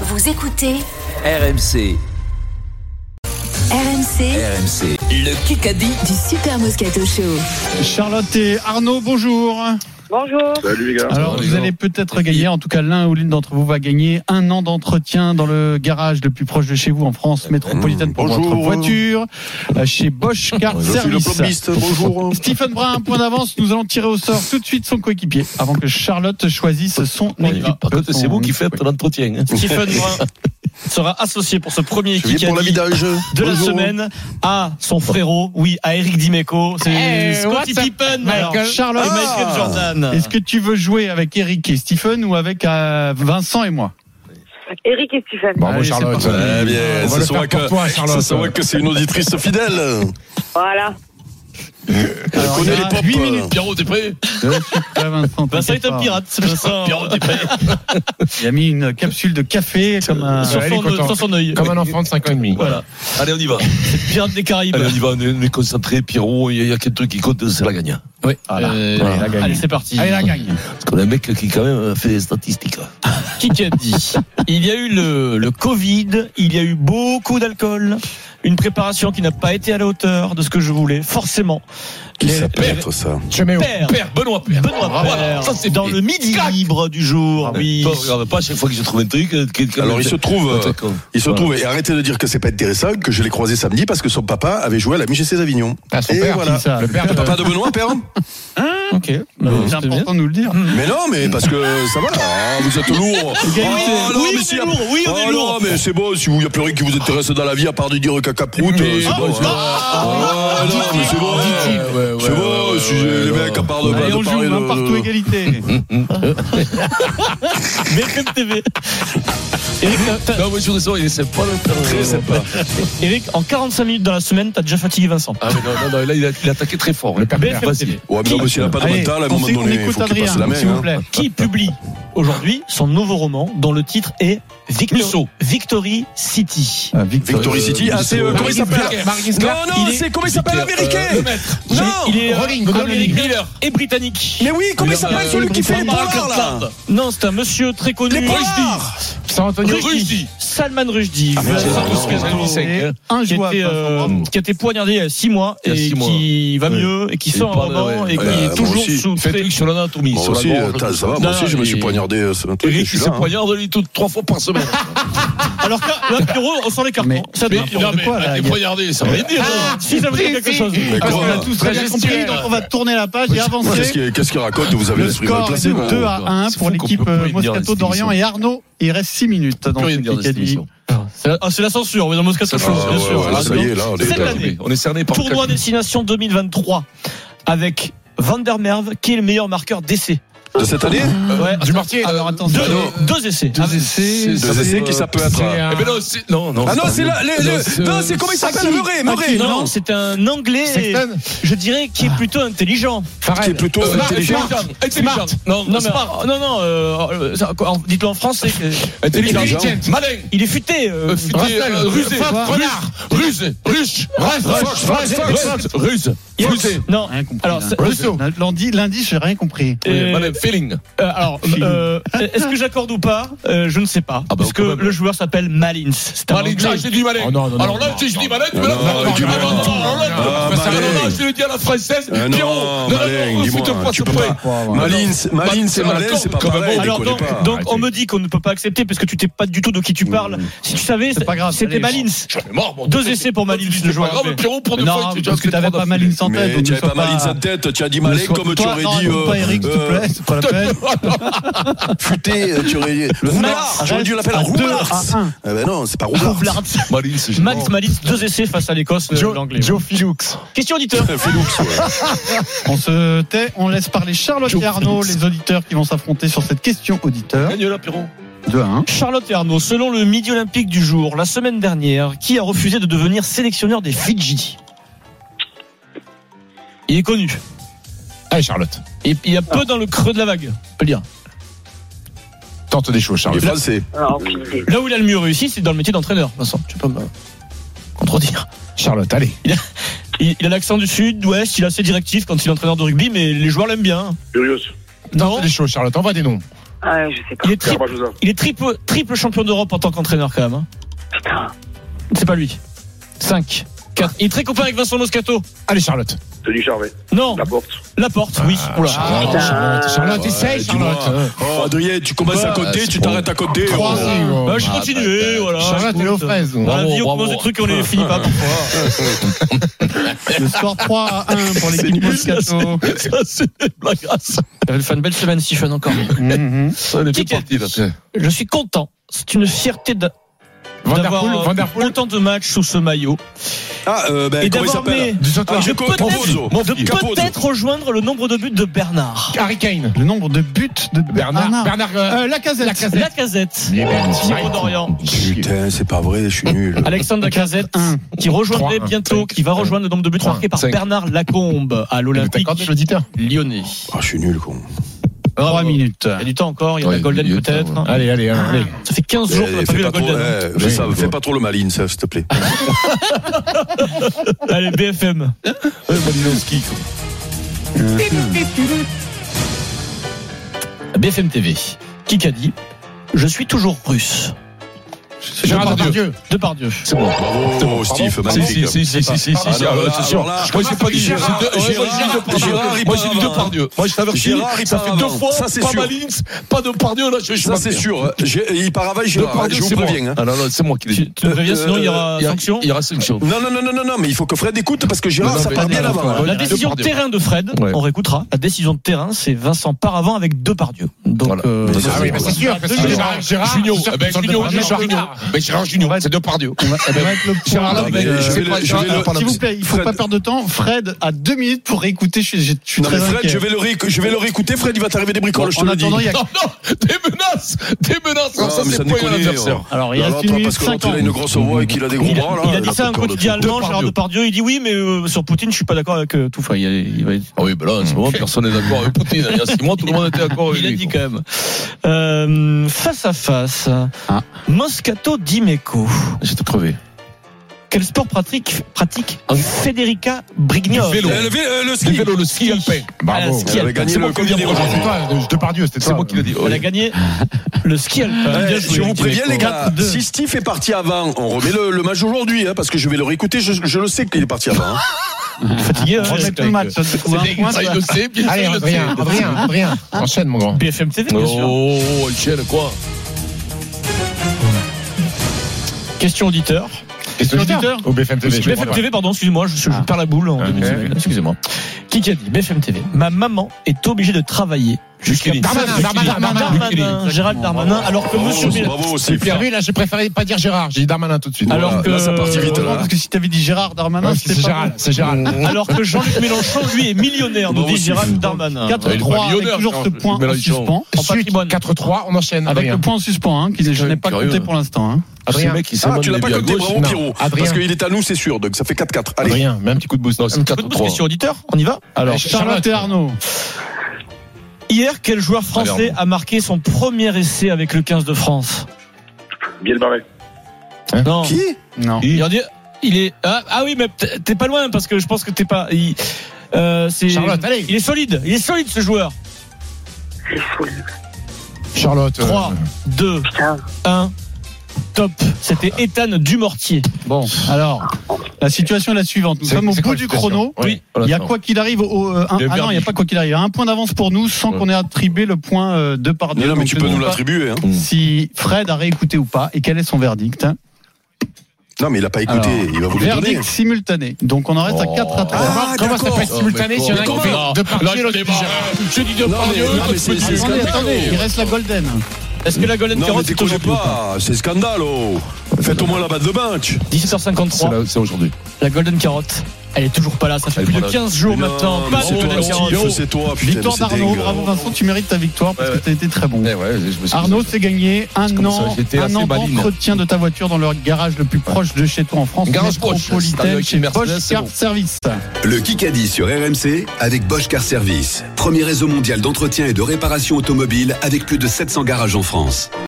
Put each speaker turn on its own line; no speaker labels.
Vous écoutez
RMC,
RMC
RMC, le Kikadi.
du Super Moscato Show.
Charlotte et Arnaud, bonjour.
Bonjour.
Salut les gars.
Alors, vous allez peut-être gagner, en tout cas l'un ou l'une d'entre vous va gagner un an d'entretien dans le garage le plus proche de chez vous en France métropolitaine pour votre voiture, euh, chez Bosch Car Service.
bonjour.
Stephen Brun, un point d'avance, nous allons tirer au sort tout de suite son coéquipier avant que Charlotte choisisse son
On y va.
équipe.
Par contre, c'est
Son-
vous qui faites l'entretien. hein.
Stephen Brun sera associé pour ce premier
Je viens pour la
Kikadi
vie d'un jeu.
de la semaine à son frérot, oui, à Eric Dimeco. C'est
Hey,
Scottie
what's up,
Pippen
Michael
alors, et
Charlotte,
Michael Jordan.
Ah, est-ce que tu veux jouer avec Eric et Stephen ou avec euh, Vincent et moi
Eric et Stéphane.
Bravo
Allez,
Charlotte.
c'est parti.
Eh bien,
on va
ça
le
se
faire
voit
pour
que-
toi,
Ça
Charlotte.
se voit que c'est une auditrice fidèle.
Voilà.
Elle
Alors,
connaît
il y a
les pop.
8
euh,
minutes.
Pierrot, t'es prêt
Ouais, Vincent,
Vincent est
t'inquiète
un
pas.
pirate, c'est Vincent.
Pierrot, t'es prêt
Il a mis une capsule de café comme euh, un.
Ah, Sur
elle est
son,
contente.
sur son œil.
Comme un enfant de 5 ans et demi.
Voilà,
Allez, on y va.
pirate des Caraïbes.
Allez, on y va. On est, on est concentré, Pierrot. Il y a- il y a qu'un truc qui compte, c'est la gagnante.
Oui.
Euh,
Voilà, la gagne.
allez, c'est parti.
Allez, la gagne.
Parce qu'on a un mec qui, quand même, fait des statistiques.
Qui a dit Il y a eu le, le Covid, il y a eu beaucoup d'alcool, une préparation qui n'a pas été à la hauteur de ce que je voulais, forcément.
Qui
Les-
ça peut
les-
être ça
Je mets au.
Père,
Benoît Père.
Benoît Père, dans le midi libre du jour, oui.
Pas, regarde pas, à chaque fois que je trouve un truc. euh, quelqu'un
Alors,
me
il
fait-
se trouve,
Un
euh,
truc, hein.
Il se
Voilà.
trouve, et arrêtez de dire que c'est pas intéressant, que je l'ai croisé samedi parce que son papa avait joué à la Michel Avignon.
Ah, son
Et
père,
voilà.
qui ça Le père
Le
de
papa de Benoît, père
Ok. Bah,
C'est important de nous le dire.
Mais non, mais parce que ça va, là, vous êtes lourd. Oh, non,
oui,
mais
on
si-
est lourd, oui, on
Oh,
est
non,
lourd.
mais c'est bon, si vous y a plus rien qui vous intéresse dans la vie à part de dire cacaproute, euh, c'est bon. c'est bon.
hein,
Ah, non, mais c'est bon. C'est bon, si les mecs à part de
Allez,
de
on joue
parler
un
de-
partout égalité.
BFM TV. Eric, t'as-
Non, mais je voudrais savoir, il est sympa, le père. euh,
Très sympa.
Eric, en 45 minutes dans la semaine, t'as déjà fatigué Vincent.
Ah, mais non, non, non, là, il a, il a attaqué très fort.
Le
hein.
père de
BFM TV.
Ouais, mais non, mais s'il a pas de
Allez,
mental, à un
on
moment
sait- on
donné, il
écoute
faut qu'il
Adrien,
passe la main.
s'il
hein.
vous plaît.
Qui publie aujourd'hui son nouveau roman dont le titre est Victory, Victory City.
Victory City, ah, c'est, euh, comment il s'appelle Non, non,
Il est- euh,
c'est comment il s'appelle l'américain Non
Il est euh,
Rolling,
comme
Rolling.
Eric Miller et britannique.
Mais oui, comment il s'appelle
euh,
celui qui fait les
Frank
polars Ah, là
Lampard. Non, c'est un monsieur très connu.
Les polars
San Antonio.
Rushdie. Salman Rushdie.
mais c'est
Voilà.
ça, tout ce que j'ai mis,
c'est
Et
que-
qui
Injouable.
était, euh, qui a été poignardé il y a 6 mois
Il y
et
a six mois.
qui va
Oui.
mieux et qui
Il
sort un
parle,
roman
ouais.
et qui
Ouais,
est
moi
toujours
aussi.
sous
Il fait un
traite.
truc sur l'anatomie.
Moi
sur la
aussi,
gorge,
euh,
tout
t'as- ça va,
ça.
moi
Non,
aussi, je me suis
il-
poignardé. euh, ce-
Eric,
je
il
suis
se
là, hein.
poignarde, lui, tout trois fois par semaine.
Alors que là, Pierrot, on sent les cartons.
Mais-
Ça
mais-
doit-
non, mais-
là,
ah,
il y a-
t'es
poignardé, ça va aider.
Ah, si ça veut dire quelque chose.
Mais
Ah, Parce qu'on
quoi
a tous très bien compris, donc on va tourner la page et
Qu'est-ce
avancer.
qu'il qu'est-ce qu'il raconte Vous avez
Le
l'esprit
score
mal
est
placé.
de
moi.
2 à 1
C'est
pour
fou
l'équipe
qu'on peut pas
euh,
y dire dans
Moscato
cette
d'Orient
émission.
et Arnaud. Il reste 6 minutes dans
Plus rien
ce
de dire de cette
Kikadi.
émission.
Ah, c'est la censure, mais dans
Ça
Moscato Show,
change,
Ah,
bien
ouais,
sûr.
ouais, là, ça y est, là, on est-
Cette année,
On est cerné par
tournoi destination 2023 avec Van der Merwe, qui est le meilleur marqueur d'essais.
De cette année
Ouais.
Du mortier.
Alors
Deux,
attention.
deux essais.
Deux essais,
Deux essais, qui ça peut être
c'est un-
Eh ben non, c'est. Non, non.
Ah non,
pas-
c'est là. les-
Non,
les- Non, c'est comment il s'appelle Murray, Murray,
Aki, Ah, non,
non
c'est un anglais,
Sexton.
je dirais, qui est plutôt intelligent.
Qui est
Farrell.
plutôt
Smart,
intelligent.
smart, intelligent. Non,
Non, mais,
smart.
non, non, euh, euh, ça, en- dites-le en français. que-
Intelligent.
Intelligent.
Malin.
Il est futé. euh,
Euh, futé,
Russell.
euh, Rusé.
Fox.
Renard. Rusé. Ruche. Rush.
Fox.
Rush.
Fox.
Rush. Ruse.
yes.
Rusé.
Non.
Rien compris.
Alors,
là.
c'est-
Russo.
Lundi, lundi, j'ai rien compris.
Euh,
Malin. Feeling.
euh, alors, euh, est-ce que j'accorde ou pas Euh, Je ne sais
Ah
pas.
bah,
parce que
quand même.
le joueur s'appelle Malins. C'est un
Malin.
Anglais.
Ah, j'ai dit Malin.
Oh, non, non,
Alors
non,
là,
non,
si je dis Malin, tu me
non, non,
l'as- tu
non,
me l'as-
non,
Alors là,
non,
tu me fais ça.
Malin.
Non, non, je le dis à la française.
Ah,
Pierrot.
non,
Non, non,
Malin,
non,
dis-moi,
fous-toi pas
tu
de
peux
près.
pas.
Non,
Malin,
non.
c'est- Malin, c'est
Malin,
malin, c'est pas
quand même,
pareil.
on
Alors
déconnez
donc,
pas.
donc, on
Arrêtez.
me dit qu'on ne peut pas accepter parce que tu t'es pas du tout de qui tu parles. Si tu savais,
C'est pas grave,
C'était
allez.
Malins.
J'en ai marre, mon
Deux
Dieu.
essais pour Malins, le
C'est
joueur
pas grave,
anglais.
Pierrot, pour deux fois,
Non,
tu- tu as
parce que
fait
t'avais
trois
pas
d'affilée.
Malin sans tête.
Mais
donc
tu
ne
avais pas
sois
Malin sa tête, tu as dit
ne
Malin
sois-
comme tu
toi,
aurais
non,
dit.
raconte
euh,
pas Eric, s'il te
euh,
plaît, c'est pas la peine.
Futé, euh, tu aurais dit. Roulard J'aurais dû l'appeler
À deux
Roulard
à un.
Eh ben non, c'est pas Roulard.
Roulard.
Malin, c'est génial.
Max Malins, deux essais face à l'Écosse, euh,
Joe,
l'anglais.
Joe Filux.
Question auditeur.
Félix, ouais.
On se tait, on laisse parler Charlotte et Arnaud, les auditeurs qui vont s'affronter sur cette question auditeur.
Gagne là, Pierrot.
2 à 1.
Charlotte et Arnaud, selon le Midi Olympique du jour, la semaine dernière, qui a refusé de devenir sélectionneur des Fidji Il est connu.
Allez, Charlotte.
Il il y a peu dans le creux de la vague, on peut le dire.
Tente des choses,
Il est
Charlotte.
français.
Alors, aucune idée.
Là où il a le mieux réussi, c'est dans le métier d'entraîneur, Vincent. Tu peux me contredire.
Charlotte, allez.
Il, il a l'accent du sud, ouest, il est assez directif quand il est entraîneur de rugby, mais les joueurs l'aiment bien. hein.
Curious.
Non
Tente des choses, Charlotte. Envoie des noms.
Ah, je sais pas.
Il est, tri- il est triple, triple champion d'Europe en tant qu'entraîneur quand même. hein.
Putain.
C'est pas lui. 5, 4. Il est très copain avec Vincent Moscato.
Allez, Charlotte. Ah,
Tony Charvet,
Non,
la porte.
la porte, oui. Oula.
Charlotte,
putain.
Charlotte, Charlotte, essaye,
tu vois.
Charlotte. Euh,
Oh, Adrien, tu commences à côté, tu t'arrêtes à côté.
Trois,
oh.
zéro.
Bah, j'ai continué, voilà.
Charlotte
Écoute,
et aux fraises.
Dans la
Bravo,
vie, on
bravo.
commence des trucs et on les finit pas.
Le score 3 à 1 pour l'équipe Moscato.
Ça, c'est des blagues grasses.
Elle fait une belle semaine si je encore.
Mhm.
Elle est bien partie,
Qui-
là.
Je suis content. C'est une fierté d'a-
Vanderpool,
d'avoir euh,
Vanderpool.
autant de matchs sous ce maillot
Ah, euh, ben,
et
comment il
d'avoir
s'appelle
mis-
Du sautoir.
Ah,
de
je- Capozzo, mon
peut-être de
fils.
peut-être rejoindre le nombre de buts de Bernard.
Harry Kane.
Le nombre de buts de Bernard.
Bernard. Bernard. euh,
Euh, la casette.
La Casette, Thierry d'Orient,
Putain, c'est pas vrai, je suis nul.
Alexandre Casette,
Un.
qui rejoindrait
Trois, un,
bientôt,
cinq,
qui va rejoindre le nombre de buts
trois,
marqués par
cinq.
Bernard Lacombe à l'Olympique
T'accordes l'auditeur
lyonnais.
Ah, je suis nul, con.
3 minutes.
Il y a du temps encore, il y a
Ouais,
la Golden
il y a du temps,
peut-être. hein. Ah,
ouais.
Allez, allez, allez.
Ça fait 15 jours qu'on n'a
Eh,
pas vu
Fais
la
pas trop,
Golden. hein.
eh, fais ça, fais pas trop le malin, ça, s'il te plaît.
Allez, BFM. BFM TV. Qui qu'a dit Je suis toujours russe.
Gérard Depardieu.
Depardieu.
C'est bon.
Bravo, Steve,
Si,
magnifique.
si, si, si, si, si, si,
Ah,
si,
non,
ah,
là,
c'est sûr.
alors là,
Moi, j'ai pas dit
Gérard,
Gérard, j'ai
Gérard,
dit
Gérard,
Depardieu.
il
Moi, j'ai dit
part avant.
Depardieu. Moi, je t'avertis.
Gérard, il
Ça
part
fait
avant.
deux fois,
Ça, c'est
pas
sûr.
Malins, pas Depardieu, là, je je
Ça, c'est
m'appelle.
sûr. hein. J'ai- Il part avant, Gérard,
Depardieu,
je vous
c'est moi.
préviens. hein.
Ah, non, non, c'est moi qui l'ai
Tu,
dit.
tu me préviens,
Euh,
sinon il y aura
Il y a-
sanction.
Il y aura sanction.
Non, non, non, non, non, non, mais il faut que Fred écoute parce que Gérard,
Non, non,
ça
mais-
part bien
non,
avant.
non,
hein.
La décision de
Depardieu.
terrain de Fred,
Ouais.
on réécoutera. La décision de terrain, c'est Vincent Paravent avec Depardieu. Donc,
Voilà.
euh,
Mais ça,
Ah oui, mais c'est sûr. parce que
Gérard,
Gérard, Gérard,
Junior.
c'est sûr
Eh ben,
que sur le
Junior,
Depardieu,
Junior,
Junior. Ah,
Mais Gérard Junior, c'est Depardieu. Gérard,
Ah,
là,
mais
mais,
je
euh,
vais
c'est pas-
le- je vais
Gérard,
le-
pardon.
S'il vous plaît, il faut
Fred-
pas perdre de temps. Fred a deux minutes pour réécouter. Je suis, je suis
Non, mais
très
Fred,
inquiet.
je vais le rééc- je vais le réécouter. Fred, il va t'arriver des bricoles, je te
en
le dis.
attendant, il y a
Non, non, des menaces, des menaces.
Ah,
Alors ça,
mais
c'est
ça
pas un
déconne,
adversaire.
hein.
Alors, il
Non,
reste
non,
une
pas
minute
parce que l'autre, il a
50.
une grosse voix et qu'il a des gros
il,
bras, là.
il a
il
dit
a
ça à
pas
un
peur de
quotidien
tout.
allemand, Gérard Depardieu. Il dit oui, mais euh, sur Poutine, je suis pas d'accord avec euh, tout. Enfin, il, y a- il va- Hmm.
Ah oui, ben là, en ce moment, personne n'est d'accord avec Poutine. Il y a six mois, tout le monde était d'accord avec
il a
lui,
dit
quoi.
quand même. Euh, face à face,
Ah.
Moscato Dimeco.
J'étais crevé.
Quel sport pratique, pratique Federica Brignol
Du vélo.
Euh, le vé- euh, Le
Le
ski.
vélo, le ski alpin.
Bravo.
Ah, ski
Elle avait gagné
C'est
le
moi qui le dis
combiné
C'est
aujourd'hui.
toi, de- Depardieu, c'était toi. euh,
C'est moi qui l'ai dit.
Elle a gagné le ski alpin.
Eh,
Bien joué,
je vous
Eric
préviens les
Dimeco.
gars,
4-2.
si Steve est parti avant, on remet le, le match aujourd'hui, hein, parce que je vais le réécouter, je, je le sais qu'il est parti avant. hein.
Fatigué, hein,
On remet
Eric.
tout le match. ça se trouve un point.
Ça, il le sait, bien
Allez,
sûr, il le
Adrien,
sait.
Adrien, Adrien. Enchaîne, mon grand.
BFM TV, bien sûr.
Oh, Michel, quoi
Question auditeur.
Et ce
auditeur
auditeur Au BFM TV. je
BFM
comprends
TV, pardon, excusez-moi, je, je
Ah.
perds la boule en
Ok.
début de semaine. Excusez-moi. Qui qui a dit BFM TV Ma maman est obligée de travailler jusqu'à
Bukele.
Darmanin, Darmanin,
Darmanin, Darmanin,
Bukele.
Gérald Darmanin, alors que
Bravo,
Monsieur Mé-
bravo
pas. Et
Steve.
puis, lui, là, j'ai préféré hein, pas dire Gérard. J'ai dit Darmanin tout de suite.
alors
Voilà,
que
là, ça partit vite,
Heureusement,
là.
Euh, Parce que si t'avais dit Gérard Darmanin,
Ouais,
c'était
C'est
pas
Gérald,
bon.
c'est Gérald.
alors que Jean-Luc Mélenchon, lui, est millionnaire, nous
Bravo,
dit
Steve.
Gérald Darmanin.
il est pas
4-3 avec
millionnaire,
toujours ce
Jean-Luc
point en
Mélenchon.
suspens.
En
Suite,
patrimoine.
4-3, on enchaîne.
Avec
Adrien.
le point en suspens, hein, qui je n'ai pas
Curieux.
compté pour l'instant. hein.
Ce
Adrien.
mec, il sait
Ah,
même
tu l'as
les
pas
biais à
compté,
gauche.
bravo
non.
Pierrot.
Adrien.
Parce qu'il est à nous, c'est sûr, donc ça fait 4-4. Allez.
Adrien, mets un petit coup de boost.
Non, c'est
Coup de boost,
4-3.
Question auditeur, on y va
Alors,
Charlotte et Arnaud.
Hier, quel joueur français a marqué son premier essai avec le 15 de France
Biel Barret.
Non.
Qui
Non.
Il a dit- il est. Ah, ah oui, mais t'es t'es pas loin parce que je pense que t'es pas. il- euh, c'est-
Charlotte, allez.
Il est solide, il est solide ce joueur.
C'est fou.
Charlotte. euh,
3, 2,
Putain.
1. Top. C'était Ethan Dumortier.
Bon, alors, la situation est la suivante. Nous
C'est-
sommes au
c'est
bout
quoi
du
la situation
chrono.
Oui.
Il y a
Voilà,
quoi qu'il arrive au. euh, un- ah non, il
Le
n'y a
verdict.
pas quoi qu'il arrive. Il y a un point d'avance pour nous sans qu'on ait attribué le point euh, de par
Non,
deux.
non, mais
Donc,
tu
ne
peux nous
dis pas
l'attribuer. hein.
Si Fred a réécouté ou pas et quel est son verdict. hein.
Non, mais il a pas écouté,
Alors,
il va vous le donner.
Verdict simultané. Donc on en reste à
Oh.
4 à 3.
Ah,
Comment ça
d'accord.
peut être simultané si on a
Mais
qui
comment
fait deux parties l'autre qui dit Gérard
Je dis de
Non, mais- non, mais c'est- c'est
attendez,
scandaleux.
attendez, il reste la Golden.
Est-ce que la Golden
Non, mais
Carotte est
déconnez
aujourd'hui
pas, c'est scandale. oh. Faites au moins la batte de match.
17h53. La...
C'est là- C'est aujourd'hui.
Golden Carotte, elle est toujours pas là. Ça fait
Elle est
plus
pas
de
là.
15 jours
Mais non,
maintenant.
mais
Pas
Eh c'est
de
toi,
Golden Carotte.
Steve, C'est toi, putain.
victoire
mais c'est
d'Arnaud.
dingue.
Bravo Vincent, tu mérites ta victoire parce
Ouais,
que tu as été très bon.
Eh ouais, je me suis-
Arnaud, c'est gagné un
Comme ça,
an,
j'étais
un
assez
an
maligne.
d'entretien de ta voiture dans le garage le plus proche de chez toi en France.
Garage Bosch, c'est-à-dire
métropolitaine
avec
chez
une Mercedes,
Bosch
c'est
Car
bon.
Service.
Le Kikadi sur RMC avec Bosch Car Service. Premier réseau mondial d'entretien et de réparation automobile avec plus de 700 garages en France.